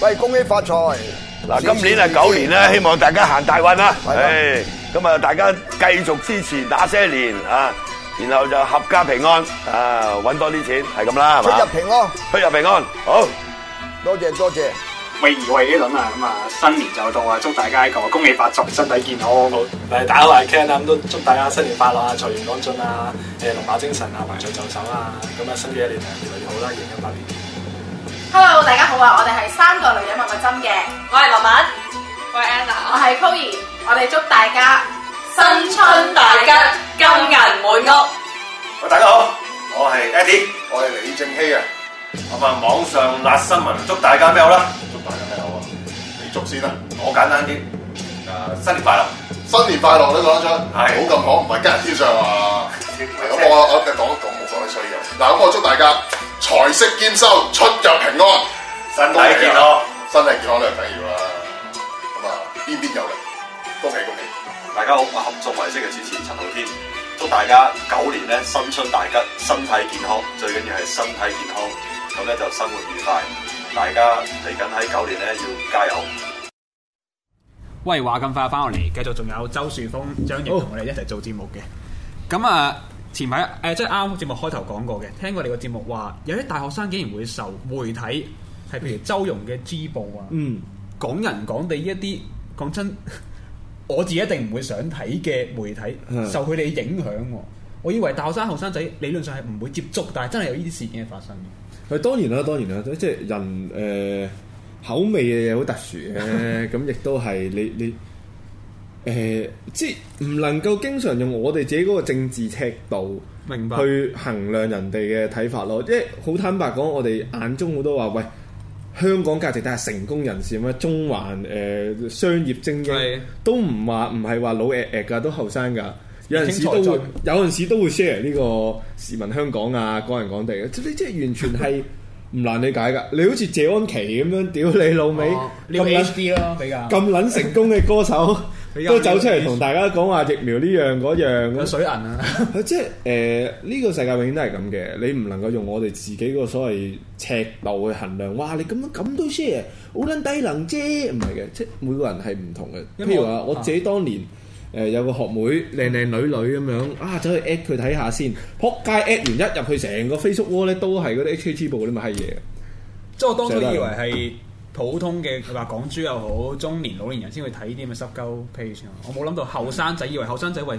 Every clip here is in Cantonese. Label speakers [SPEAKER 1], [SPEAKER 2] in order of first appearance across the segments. [SPEAKER 1] 喂，恭喜發財！
[SPEAKER 2] 嗱，今年係九年啦，希望大家行大運啦。唉，咁啊，大家繼續支持那些年啊，然後就合家平安啊，揾多啲錢係咁啦，係
[SPEAKER 1] 出
[SPEAKER 2] 嘛
[SPEAKER 1] 入？平安，
[SPEAKER 2] 出入平安，好。
[SPEAKER 1] 多謝多謝。
[SPEAKER 3] 喂而喂呢輪啊，咁啊新年就到啊，祝大家一個恭喜發財，身體健康。
[SPEAKER 4] 好，誒大家好，我係 Ken 啊，咁都祝大家新年快樂啊，財源廣進啊，誒龍馬精神啊，橫財就手啊，咁啊新嘅一年啊越嚟越好啦，二零一八年。
[SPEAKER 5] Hello，大家好啊！我哋係三個女人蜜蜜針嘅，我係羅文，我係 Anna，我係 Koey，我哋祝大家新春大吉，金銀滿屋。
[SPEAKER 6] 喂，大家好，我係 Eddie，
[SPEAKER 1] 我係李正熙啊，
[SPEAKER 6] 咁啊網上辣新聞，祝大家咩好啦？祝大家咩好啊？
[SPEAKER 7] 你祝先啦，
[SPEAKER 6] 我簡單啲，誒新年快樂！
[SPEAKER 7] 新年快樂你講得出，
[SPEAKER 6] 係
[SPEAKER 7] 唔好咁講，唔係吉人天相啊！咁我我一定講講冇講得衰嘅。嗱，咁我祝大家財色兼收，出入平安，
[SPEAKER 6] 身體健康，
[SPEAKER 7] 身體健康都係緊要啦。咁啊，邊邊有力，恭喜恭喜！
[SPEAKER 8] 大家好，我合作為式嘅主持人陳浩天，祝大家九年咧新春大吉，身體健康，最緊要係身體健康，咁咧就生活愉快。大家嚟緊喺九年咧要加油。
[SPEAKER 9] 喂，話咁快翻落嚟，
[SPEAKER 4] 繼續仲有周樹峰、張瑩同我哋一齊做節目嘅。
[SPEAKER 9] 咁啊前排誒、即係啱啱節目開頭講過嘅，聽過你個節目話有啲大學生竟然會受媒體係譬如周融嘅 G 報啊，
[SPEAKER 10] 嗯，
[SPEAKER 9] 講人講地一啲講真， 我自己一定唔會想睇嘅媒體
[SPEAKER 10] 嗯
[SPEAKER 9] 受佢哋影響喎。我以為大學生後生仔理論上係唔會接觸，但係真係有呢啲事件嘅發生嘅。
[SPEAKER 10] 佢當然啦，當然啦，即係人誒、呃口味嘅嘢好特殊嘅，咁亦都係你你誒、呃即係唔能夠經常用我哋自己嗰個政治尺度。
[SPEAKER 9] 明白
[SPEAKER 10] 去衡量人哋嘅睇法咯，即係好坦白講，我哋眼中好多話喂，香港價值睇下成功人士咩，中環誒、呃商業精
[SPEAKER 9] 係
[SPEAKER 10] 英都唔話唔係話老誒誒㗎，都後生㗎。有陣時
[SPEAKER 9] 傾
[SPEAKER 10] 都
[SPEAKER 9] 財
[SPEAKER 10] 會
[SPEAKER 9] 進，
[SPEAKER 10] 有陣時都會 share 呢個市民香港啊，港人港地嘅，即係即係完全 係唔難理解㗎。你好似謝安琪咁樣，屌你老味
[SPEAKER 9] 哦呢個
[SPEAKER 10] 咁撚
[SPEAKER 9] HD 咯比較
[SPEAKER 10] 咁撚成功嘅歌手，
[SPEAKER 9] 比較
[SPEAKER 10] 都走出嚟同大家講話疫苗呢樣嗰樣
[SPEAKER 9] 有
[SPEAKER 10] 咁。
[SPEAKER 9] 水銀啊，
[SPEAKER 10] 佢即係誒呢個世界永遠都係咁嘅，你唔能夠用我哋自己個所謂尺度去衡量。哇！你咁樣咁都 share，好撚低能啫，唔係嘅，即係每個人係唔同嘅。
[SPEAKER 9] 因
[SPEAKER 10] 譬
[SPEAKER 9] 為我啊
[SPEAKER 10] 如話我自己當年誒、有個學妹靚靚女女咁樣啊，走去 at 佢睇下先，撲街 at 完一入去成個 Facebook wall 咧都係嗰啲 HKG 部嗰啲咁嘅閪嘢。
[SPEAKER 9] 即係我當初以為係普通嘅話港豬又好，中年老年人先會睇呢啲咁嘅濕鳩 page 啊我冇諗到後生仔以為後生仔喂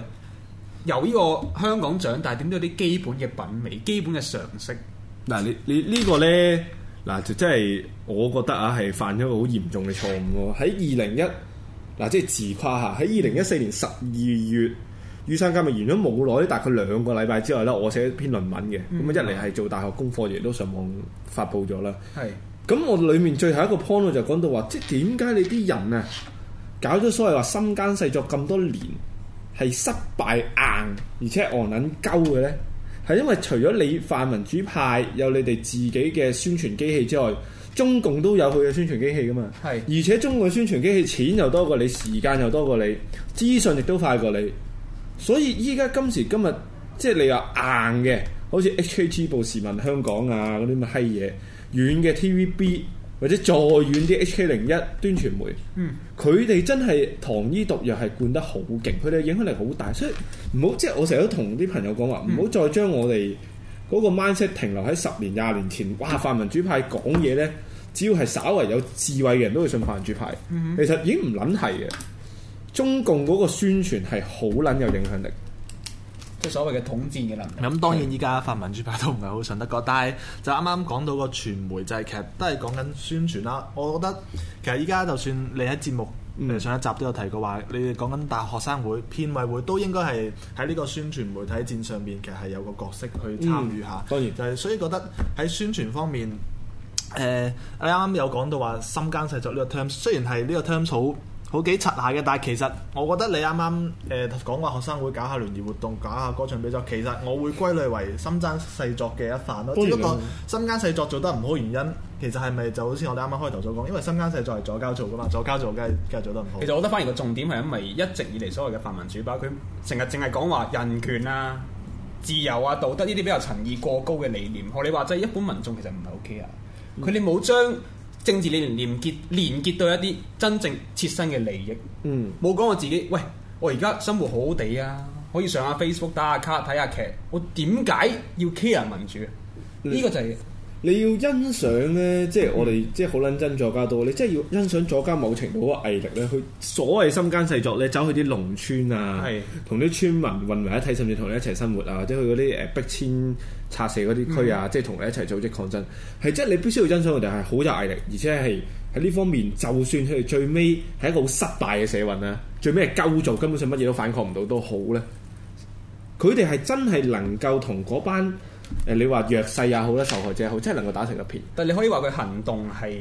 [SPEAKER 9] 由呢個香港長大，點都有啲基本嘅品味、基本嘅常識。
[SPEAKER 10] 嗱，你你呢個呢，嗱就真係我覺得啊，係犯咗一個好嚴重嘅錯誤喎。喺二零一嗱，即係自誇下，喺二零一四年十二月，雨傘革命完咗冇耐，大概兩個禮拜之後呢，我寫一篇論文嘅，咁啊、
[SPEAKER 9] 嗯
[SPEAKER 10] 一嚟係做大學功課，亦都上網發布咗啦。
[SPEAKER 9] 係
[SPEAKER 10] 咁我裡面最後一個 point 我就講到話，即係點解你啲人啊搞咗所謂話心間細作咁多年，係失敗硬，而且係戇撚鳩嘅咧？係因為除咗你泛民主派有你哋自己嘅宣傳機器之外，中共都有佢嘅宣傳機器噶嘛。
[SPEAKER 9] 係
[SPEAKER 10] 而且中共嘅宣傳機器錢又多過你，時間又多過你，資訊亦都快過你。所以依家今時今日，即係你話硬嘅，好似 HKG 報時聞香港啊嗰啲咁嘅閪嘢，遠嘅 TVB 或者再遠啲 HK 零一端傳媒，
[SPEAKER 9] 嗯，
[SPEAKER 10] 佢哋真係糖衣毒藥係灌得好勁，佢哋影響力好大，所以唔好即係我成日都同啲朋友講話，唔好再將我哋嗰個 mindset 停留喺十年廿年前，哇！泛民主派講嘢呢，只要係稍為有智慧嘅人都會信泛民主派，其實已經唔撚係嘅。中共嗰個宣傳係好撚有影響力。
[SPEAKER 9] 即係所謂嘅統戰嘅能力。
[SPEAKER 11] 咁當然依家泛民主派都唔係好信得過，但係就啱啱講到個傳媒就係、其實都係講緊宣傳啦。我覺得其實依家就算你喺節目。
[SPEAKER 10] 嗯
[SPEAKER 11] 誒上一集都有提過話，你哋講緊大學生會、編委會都應該係喺呢個宣傳媒體戰上面，其實係有個角色去參與下。
[SPEAKER 10] 嗯當然
[SPEAKER 11] 就係所以覺得喺宣傳方面，誒、你啱啱有講到話心間細作呢個 terms，雖然係呢個 terms 好好幾刷下嘅，但係其實我覺得你啱啱誒講話學生會搞下聯誼活動，搞下歌唱比賽，其實我會歸類為心間細作嘅一範咯。
[SPEAKER 10] 當然啦
[SPEAKER 11] 只不過心間細作做得唔好原因，其實係咪就好似我哋啱啱開頭所講，因為心間細作係左交做噶嘛，左交做梗係梗係做得唔好
[SPEAKER 9] 其。實我覺得反而個重點係因為一直以嚟所謂嘅泛民主派，佢成日淨係講話人權啊、自由啊、道
[SPEAKER 10] 嗯
[SPEAKER 9] 德呢啲比較陳義過高嘅理念。學你話齋，一般民眾其實唔係 OK 啊，佢哋冇將政治理念連結連結到一啲真正切身嘅利益。
[SPEAKER 10] 嗯，
[SPEAKER 9] 冇講我自己，喂，我而家生活好好地啊，可以上下 Facebook 打下卡睇下劇，我點解要 care 民主啊？
[SPEAKER 10] 嗯
[SPEAKER 9] 呢、個就係、
[SPEAKER 10] 你要欣賞咧，即係我哋即係好撚憎左家多，你真係要欣賞左家某程度嘅毅力咧，去所謂心間細作咧，走去啲農村啊
[SPEAKER 9] 係，
[SPEAKER 10] 同啲村民混埋一體，甚至同你一齊生活啊，或者去嗰啲誒逼遷拆卸嗰啲區啊，即係同你一齊組織抗爭，係即係你必須要欣賞佢哋係好有毅力，而且係喺呢方面，就算佢哋最尾係一個好失敗嘅社運啦，最尾係鳩做，根本上乜嘢都反抗唔到都好咧。佢哋係真係能夠同嗰班誒、你話弱勢也好啦，受害者也好，真係能夠打成一片。
[SPEAKER 9] 但係你可以話佢行動係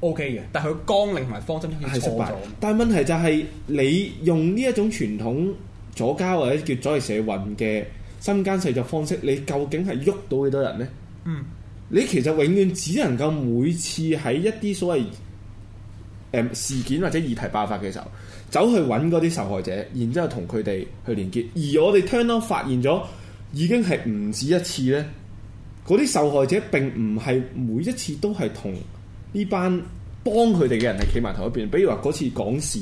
[SPEAKER 9] O K 嘅，但係佢綱領同埋方針已經
[SPEAKER 10] 係
[SPEAKER 9] 錯
[SPEAKER 10] 失敗
[SPEAKER 9] 咗。。
[SPEAKER 10] 但係問題就係你用呢一種傳統左交或者叫左翼社運嘅心間細作方式，你究竟係喐到幾多人呢？
[SPEAKER 9] 嗯，
[SPEAKER 10] 你其實永遠只能夠每次喺一啲所謂誒、事件或者議題爆發嘅時候，走去揾嗰啲受害者，然之後同佢哋去連結。而我哋 turn on 發現咗，已經係唔止一次呢。嗰啲受害者並唔係每一次都係同呢班幫佢哋嘅人係企埋同一邊。比如話嗰次港事，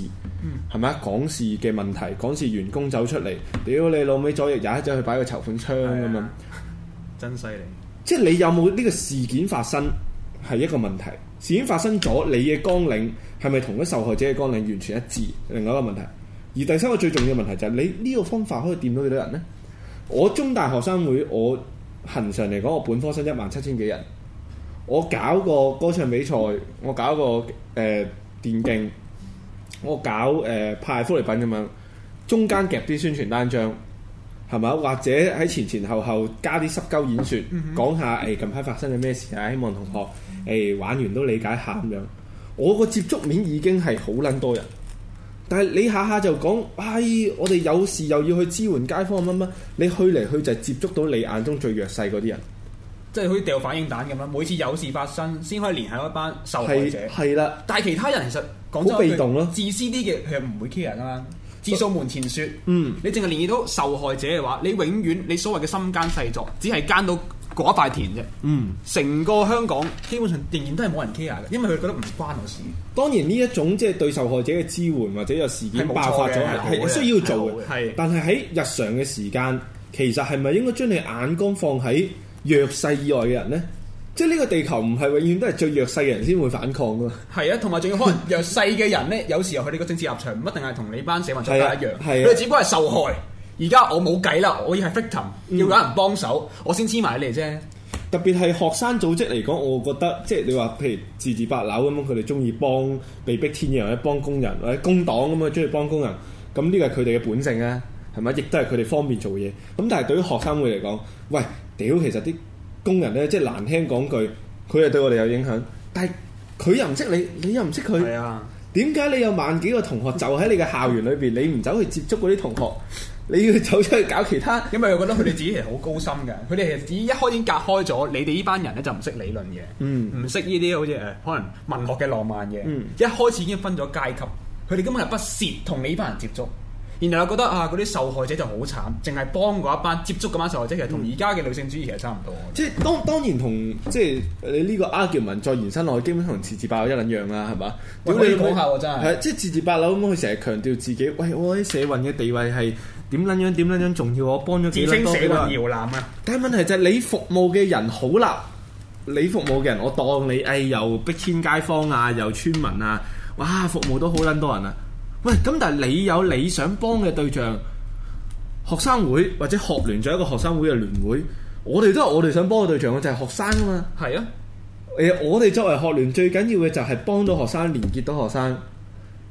[SPEAKER 10] 係咪啊？港事嘅問題，港事員工走出嚟，屌你老味左翼也走去擺個籌款槍咁樣。
[SPEAKER 9] 真犀利。
[SPEAKER 10] 即係你有冇呢個事件發生係一個問題。事件發生咗，你嘅綱領係咪同啲受害者嘅綱領完全一致？另外一個問題。而第三個最重要嘅問題就係你呢個方法可以掂到幾多人呢？我中大學生會，我恒常嚟講，我本科生一萬七千幾人，我搞個歌唱比賽，我搞個誒、呃、電競，我搞誒、呃派福利品咁樣，中間夾啲宣傳單張。係咪或者喺前前後後加啲濕鳩演説，講下誒近排發生嘅咩事啊？希望同學誒、玩完都理解下咁樣。我個接觸面已經係好撚多人，但係你下下就講，唉、我哋有事又要去支援街坊乜乜，你去嚟去就係接觸到你眼中最弱勢嗰啲人，
[SPEAKER 9] 即係好似掉反應彈咁啦，每次有事發生先可以聯繫一班受害者
[SPEAKER 10] 係。係啦，
[SPEAKER 9] 但係其他人其實講真
[SPEAKER 10] 好被動咯
[SPEAKER 9] 自私啲嘅佢係唔會 care 噶嘛。自掃門前雪，
[SPEAKER 10] 嗯，
[SPEAKER 9] 你淨係連結到受害者嘅話，你永遠你所謂嘅心間細作，只係奸到嗰一塊田啫。
[SPEAKER 10] 嗯。
[SPEAKER 9] 成個香港基本上仍然都係冇人 care 嘅，因為佢覺得唔關我事。
[SPEAKER 10] 當然呢一種即係對受害者嘅支援或者有事件
[SPEAKER 9] 係冇錯
[SPEAKER 10] 爆發咗
[SPEAKER 9] 嘅係
[SPEAKER 10] 係
[SPEAKER 9] 好嘅
[SPEAKER 10] 係需要做
[SPEAKER 9] 係好嘅
[SPEAKER 10] 嘅
[SPEAKER 9] 係，
[SPEAKER 10] 但係喺日常嘅時間，其實係咪應該將你眼光放喺弱勢以外嘅人呢？即係呢個地球唔係永遠都係最弱勢嘅人先會反抗噶嘛？
[SPEAKER 9] 係啊，同埋仲要可能弱勢嘅人咧，有時候佢哋個政治立場唔一定係同你班社運作家一樣
[SPEAKER 10] 係，啊係
[SPEAKER 9] 佢
[SPEAKER 10] 啊
[SPEAKER 9] 哋只不過係受害。而家我冇計啦，我要係 victim，要有人幫手，我先黐埋你嚟啫。
[SPEAKER 10] 特別係學生組織嚟講，我覺得即係你話譬如自治八樓咁樣，佢哋中意幫被逼遷嘅人，或者幫工人，或者工黨咁樣中意幫工人，咁呢個係佢哋嘅本性啊，係咪？亦都係佢哋方便做嘢。咁但係對於學生會嚟講，喂，屌，其實啲工人咧，即係難聽講句，佢係對我哋有影響，但係佢又唔識你，你又唔識佢。
[SPEAKER 9] 啊，
[SPEAKER 10] 點解你有萬幾個同學就喺你嘅校園裏邊，你唔走去接觸嗰啲同學，你要走出去搞 其他？
[SPEAKER 9] 因為我覺得佢哋自己係好高深嘅，佢哋係只一開已經隔開咗，你哋呢班人咧就唔識理論嘢，
[SPEAKER 10] 嗯
[SPEAKER 9] 唔識呢啲好似誒可能文學嘅浪漫嘢，
[SPEAKER 10] 嗯
[SPEAKER 9] 一開始已經分咗階級，佢哋根本係不屑同你呢班人接觸，然後又覺得啊嗰啲受害者就好慘，淨係幫嗰一班接觸嗰班受害者，其實同而家嘅女性主義其實差唔多。
[SPEAKER 10] 即係當當然同即係你呢個 argument 再延伸落去，基本上同自治八樓一撚樣啦，係嘛？
[SPEAKER 9] 喂
[SPEAKER 10] 屌你
[SPEAKER 9] 可
[SPEAKER 10] 老
[SPEAKER 9] 以講下喎真係
[SPEAKER 10] 係即係自治八樓咁，佢成日強調自己，喂，我喺社運嘅地位係點撚樣點撚樣重要，我幫咗
[SPEAKER 9] 自
[SPEAKER 10] 幾
[SPEAKER 9] 稱
[SPEAKER 10] 撚多
[SPEAKER 9] 社
[SPEAKER 10] 幾
[SPEAKER 9] 運
[SPEAKER 10] 多
[SPEAKER 9] 搖
[SPEAKER 10] 人
[SPEAKER 9] 籃啊！
[SPEAKER 10] 但係問題就係你服務嘅人好啦，你服務嘅人，我當你誒、哎又逼遷街坊啊，又村民啊，哇，服務都好撚多人啊。喂，咁但係你有你想幫嘅對象，學生會或者學聯仲有一個學生會嘅聯會，我哋都有我哋想幫嘅對象嘅就係、學生啊嘛。
[SPEAKER 9] 係啊，
[SPEAKER 10] 誒、我哋作為學聯最緊要嘅就係幫到學生，連結到學生，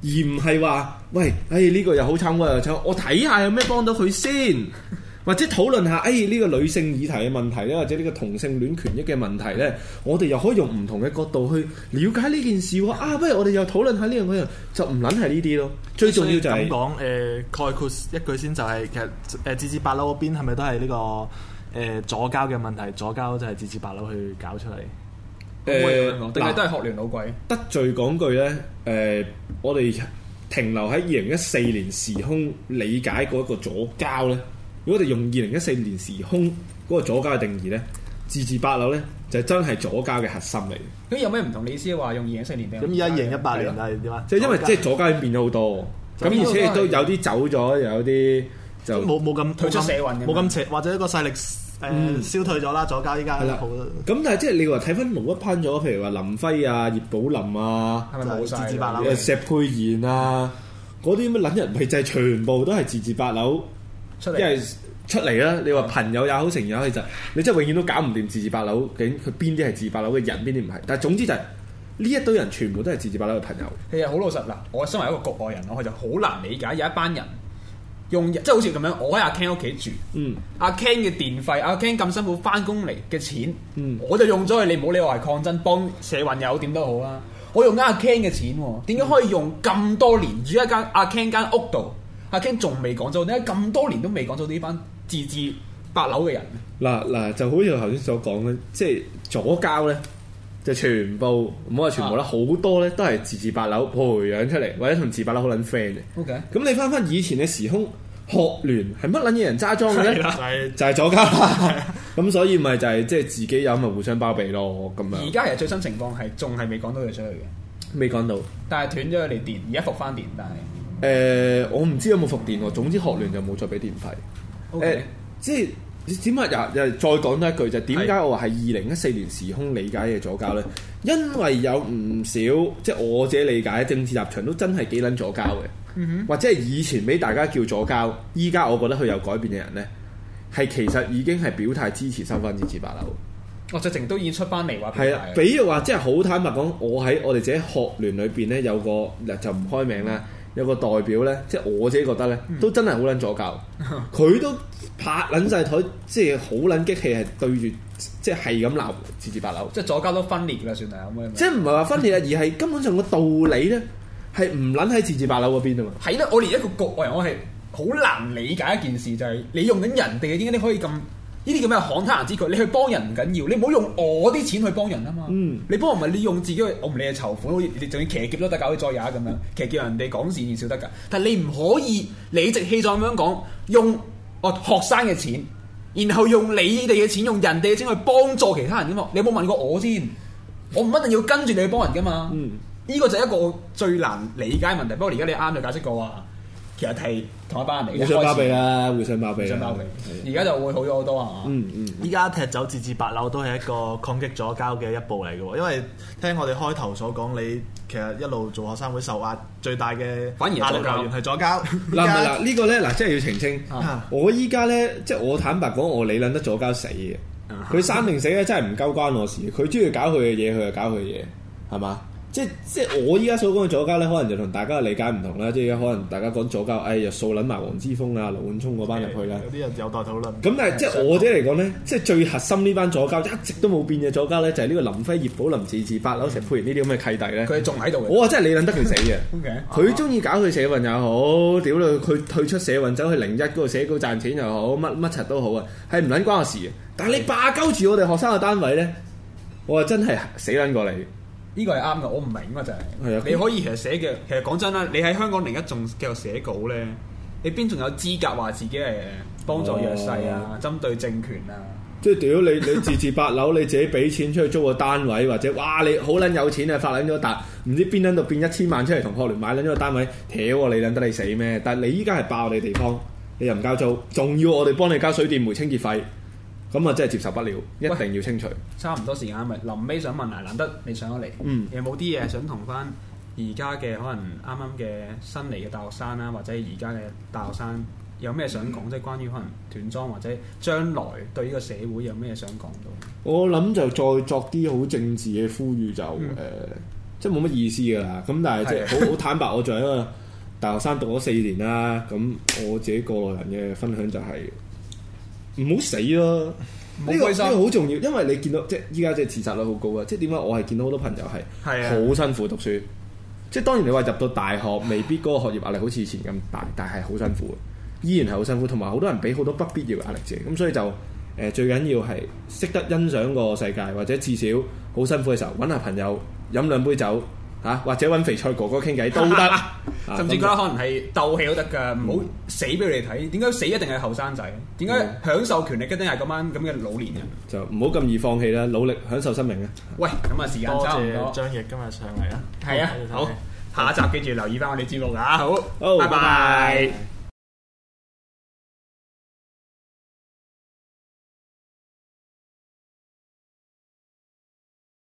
[SPEAKER 10] 而唔係話喂，誒、哎呢、個又好慘，嗰個又慘，我睇下有咩幫到佢 先，或者討論下誒呢、個女性議題嘅問題咧，或者呢個同性戀權益嘅問題咧，我哋又可以用唔同嘅角度去了解呢件事喎。啊，不如我哋又討論下呢樣嗰樣，就唔撚係呢啲咯。最重要就係、
[SPEAKER 11] 咁講誒，概括一句先就係、其實誒自治八樓嗰邊係咪都係呢、個誒、左交嘅問題？左交就係自治八樓去搞出嚟。
[SPEAKER 10] 誒
[SPEAKER 9] 可以咁樣講定係
[SPEAKER 10] 呃嗱
[SPEAKER 9] 都係學聯老鬼？
[SPEAKER 10] 得罪講句呢，誒、我哋停留喺二零一四年時空理解嗰個左交呢，如果我哋用二零一四年時空嗰個左交嘅定義呢，自治八樓咧就真係左家嘅核心嚟嘅。
[SPEAKER 9] 咁有咩唔同？你意思係話用二零一四年定？
[SPEAKER 10] 咁而家2018年
[SPEAKER 9] 係點啊
[SPEAKER 10] 即係因為即係左家變咗好多，咁
[SPEAKER 9] 左家
[SPEAKER 10] 而且亦都有啲走咗，有啲就
[SPEAKER 11] 冇冇咁
[SPEAKER 10] 退出社運咁樣
[SPEAKER 11] 冇咁邪，或者個勢力誒
[SPEAKER 10] 嗯
[SPEAKER 11] 消退咗啦。左家依家
[SPEAKER 10] 係啦
[SPEAKER 11] 好。
[SPEAKER 10] 咁但係即係你話睇翻老一班咗，譬如話林輝啊、葉寶林啊，
[SPEAKER 11] 係咪冇晒自治八樓
[SPEAKER 10] 誒石佩賢啊，嗰啲乜撚人咪就係全部都係自治八樓
[SPEAKER 9] 出嚟
[SPEAKER 10] 因為出嚟啦。你話朋友也好，成也好，其實你真係永遠都搞唔掂自治八樓，究竟佢邊啲係自治八樓嘅人，邊啲唔係？但係總之就係、呢一堆人全部都係自治八樓嘅朋友，
[SPEAKER 9] 其實好老實嗱，我身為一個局外人，我就好難理解有一班人用即係好似咁樣，我喺阿 Ken 屋企住，
[SPEAKER 10] 嗯，
[SPEAKER 9] 阿 Ken 嘅電費，阿 Ken 咁辛苦翻工嚟嘅錢，
[SPEAKER 10] 嗯
[SPEAKER 9] 我就用咗去，你唔好理我係抗爭幫社運友點都好啦，我用緊阿 Ken 嘅錢喎，點解可以用咁多年住喺間阿 Ken 間屋度，阿 Ken 仲未講咗，點解咁多年都未講咗呢班自治八樓嘅人？
[SPEAKER 10] 嗱嗱，就好似我頭先所講咧，即係左交咧，就全部唔好話全部啦，好、多咧都係自治八樓培養出嚟，或者同自八樓好撚 friend 嘅。
[SPEAKER 9] OK
[SPEAKER 10] 咁你翻翻以前嘅時空，學聯係乜撚嘢人揸裝嘅咧？
[SPEAKER 9] 係啦就
[SPEAKER 11] 係
[SPEAKER 10] 就係左交 啦。咁所以咪就係即係自己有咪互相包庇咯，咁
[SPEAKER 9] 而
[SPEAKER 10] 樣
[SPEAKER 9] 家其實最新情況係仲係未講到佢出去嘅，
[SPEAKER 10] 未講到。誒、
[SPEAKER 9] 但係斷咗佢哋電，而家復翻電，但係。
[SPEAKER 10] 呃我唔知有冇復電喎。總之學聯就冇再俾電費。誒、即係點啊？又又再講多一句就係點解我話係二零一四年時空理解嘅左交呢？因為有唔少即係我自己理解政治立場都真係幾撚左交嘅，
[SPEAKER 9] 嗯
[SPEAKER 10] 或者係以前俾大家叫左交，依家我覺得佢有改變嘅人呢，係其實已經係表態支持收翻自治八樓。
[SPEAKER 9] 哼，哦我直情都已經出翻嚟話
[SPEAKER 10] 係啊，比如話即係好坦白講，我喺我哋自己學聯裏邊咧有個嗱就唔開名啦，有個代表咧，即係我自己覺得咧，
[SPEAKER 9] 嗯
[SPEAKER 10] 都真係好撚左 教，佢都拍撚晒台，即係好撚激氣，係對住即係係咁鬧自治八樓，
[SPEAKER 9] 即係左交都分裂啦，算係咁樣。
[SPEAKER 10] 即係唔係話分裂啊，而係根本上個道理咧係唔撚喺自治八樓嗰邊啊嘛。
[SPEAKER 9] 係啦，我連一個局外人，我係好難理解一件事，就係、你用緊人哋嘅，點解你可以咁呢啲咁嘅慷他人之慨？你去幫人唔緊要，你唔好用我啲錢去幫人啊嘛。
[SPEAKER 10] 嗯
[SPEAKER 9] 你幫我唔係你用自己去，我唔理你籌款，好似你仲要騎劫都得㗎，好似再也啊咁樣騎劫人哋講善言少得㗎。但係你唔可以理直氣壯咁樣講，用我學生嘅錢，然後用你哋嘅錢，用人哋嘅錢去幫助其他人㗎嘛。你有冇問過我先？我唔一定要跟住你去幫人㗎嘛。
[SPEAKER 10] 嗯
[SPEAKER 9] 呢個就係一個我最難理解嘅問題。不過而家你啱就解釋過話，其實係同一班人嚟嘅。
[SPEAKER 10] 互相包庇
[SPEAKER 9] 開始
[SPEAKER 10] 啦，互相包庇
[SPEAKER 9] 互相包
[SPEAKER 10] 啦
[SPEAKER 9] 庇，而家就會好咗好多啊！
[SPEAKER 10] 嗯嗯。
[SPEAKER 11] 依家踢走自治八樓都係一個抗擊左交嘅一步嚟嘅喎，因為聽我哋開頭所講，你其實一路做學生會受壓最大嘅
[SPEAKER 10] 反而係
[SPEAKER 11] 壓力
[SPEAKER 10] 左膠
[SPEAKER 11] 來源係左交。
[SPEAKER 10] 嗱唔係
[SPEAKER 11] 依家
[SPEAKER 10] 嗱呢個咧嗱，真係要澄清
[SPEAKER 11] 啊。
[SPEAKER 10] 我依家咧，即係我坦白講，我理撚得左交死嘅。佢生定死咧，真係唔鳩關我事。佢中意搞佢嘅嘢，佢就搞佢嘅嘢，係嘛？即即係我依家所講嘅左交咧，可能就同大家嘅理解唔同啦。即係可能大家講左交，哎又掃撚埋黃之鋒啊、盧冠聰嗰班入去啦。
[SPEAKER 11] 有啲人有待討論。
[SPEAKER 10] 咁但係即係我自己嚟講咧，即係最核心呢班左交一直都冇變嘅左交咧，就係呢個林輝、葉寶林、自治、八樓、石佩賢呢啲咁嘅契弟咧。
[SPEAKER 9] 佢仲喺度嘅
[SPEAKER 10] 我啊真係理撚得佢死嘅。
[SPEAKER 9] OK，
[SPEAKER 10] 佢中意搞佢社運又好，屌你佢退出社運走去零一嗰度社高賺錢又好，乜乜柒都好啊，係唔撚關我事嘅。但係你霸鳩住我哋學生嘅單位咧，我啊真係死撚過你。
[SPEAKER 9] 呢個係啱嘅，我唔明啊，就係、
[SPEAKER 10] 係啊
[SPEAKER 9] 你可以其實寫嘅，其實講真啦，你喺香港另一仲繼續寫稿咧，你邊仲有資格話自己係呃幫助弱勢啊、
[SPEAKER 10] 哦
[SPEAKER 9] 針對政權啊？
[SPEAKER 10] 即係屌你你自治八樓，你自己俾錢出去租個單位，或者哇你好撚有錢啊，發撚咗達，唔知邊撚度變一千萬出嚟同學聯買撚咗個單位，屌我你撚得你死咩？但係你依家係霸我哋地方，你又唔交租，仲要我哋幫你交水電煤清潔費，咁啊真係接受不了，一定要清除。
[SPEAKER 9] 差唔多時間咪臨尾想問啊，難得你上咗嚟，
[SPEAKER 10] 嗯
[SPEAKER 9] 有冇啲嘢想同翻而家嘅可能啱啱嘅新嚟嘅大學生啊啦，或者而家嘅大學生有咩想講？即係關於可能斷裝或者將來對呢個社會有咩想講到？
[SPEAKER 10] 我諗就再作啲好政治嘅呼籲就誒、
[SPEAKER 9] 嗯
[SPEAKER 10] 呃即係冇乜意思㗎啦。咁但係即
[SPEAKER 9] 係
[SPEAKER 10] 係好好坦白，我作為一個大學生讀咗四年啦，咁我自己過來人嘅分享就係、唔好死咯。
[SPEAKER 9] 好
[SPEAKER 10] 呢、個
[SPEAKER 9] 灰
[SPEAKER 10] 呢
[SPEAKER 9] 心
[SPEAKER 10] 個好重要，因為你見到即係依家即係自殺率好高啊！即係點解我係見到好多朋友
[SPEAKER 9] 係
[SPEAKER 10] 係
[SPEAKER 9] 啊，
[SPEAKER 10] 好辛苦讀書，即係當然你話入到大學未必嗰個學業壓力好似以前咁大，但係好辛苦嘅，依然係好辛苦，同埋好多人俾好多不必要嘅壓力自己，咁所以就誒、呃最緊要係識得欣賞個世界，或者至少好辛苦嘅時候揾下朋友飲兩杯酒，嚇，或者揾肥菜哥哥傾偈都得 啊
[SPEAKER 9] 甚至覺得可能係鬥氣都得㗎，唔好死俾佢哋睇。點解死一定係後生仔？點解享受權力一定係嗰班咁嘅老年人？
[SPEAKER 10] 就唔好咁易放棄啦，努力享受生命啊！
[SPEAKER 9] 喂，咁啊時間
[SPEAKER 11] 多
[SPEAKER 9] 差唔
[SPEAKER 11] 謝
[SPEAKER 9] 多，
[SPEAKER 11] 張譯今日上嚟啦，
[SPEAKER 9] 係啊，好，下一集記住留意翻我哋節目啊，好，
[SPEAKER 10] 好
[SPEAKER 9] 拜
[SPEAKER 10] 拜
[SPEAKER 9] 拜
[SPEAKER 10] 拜。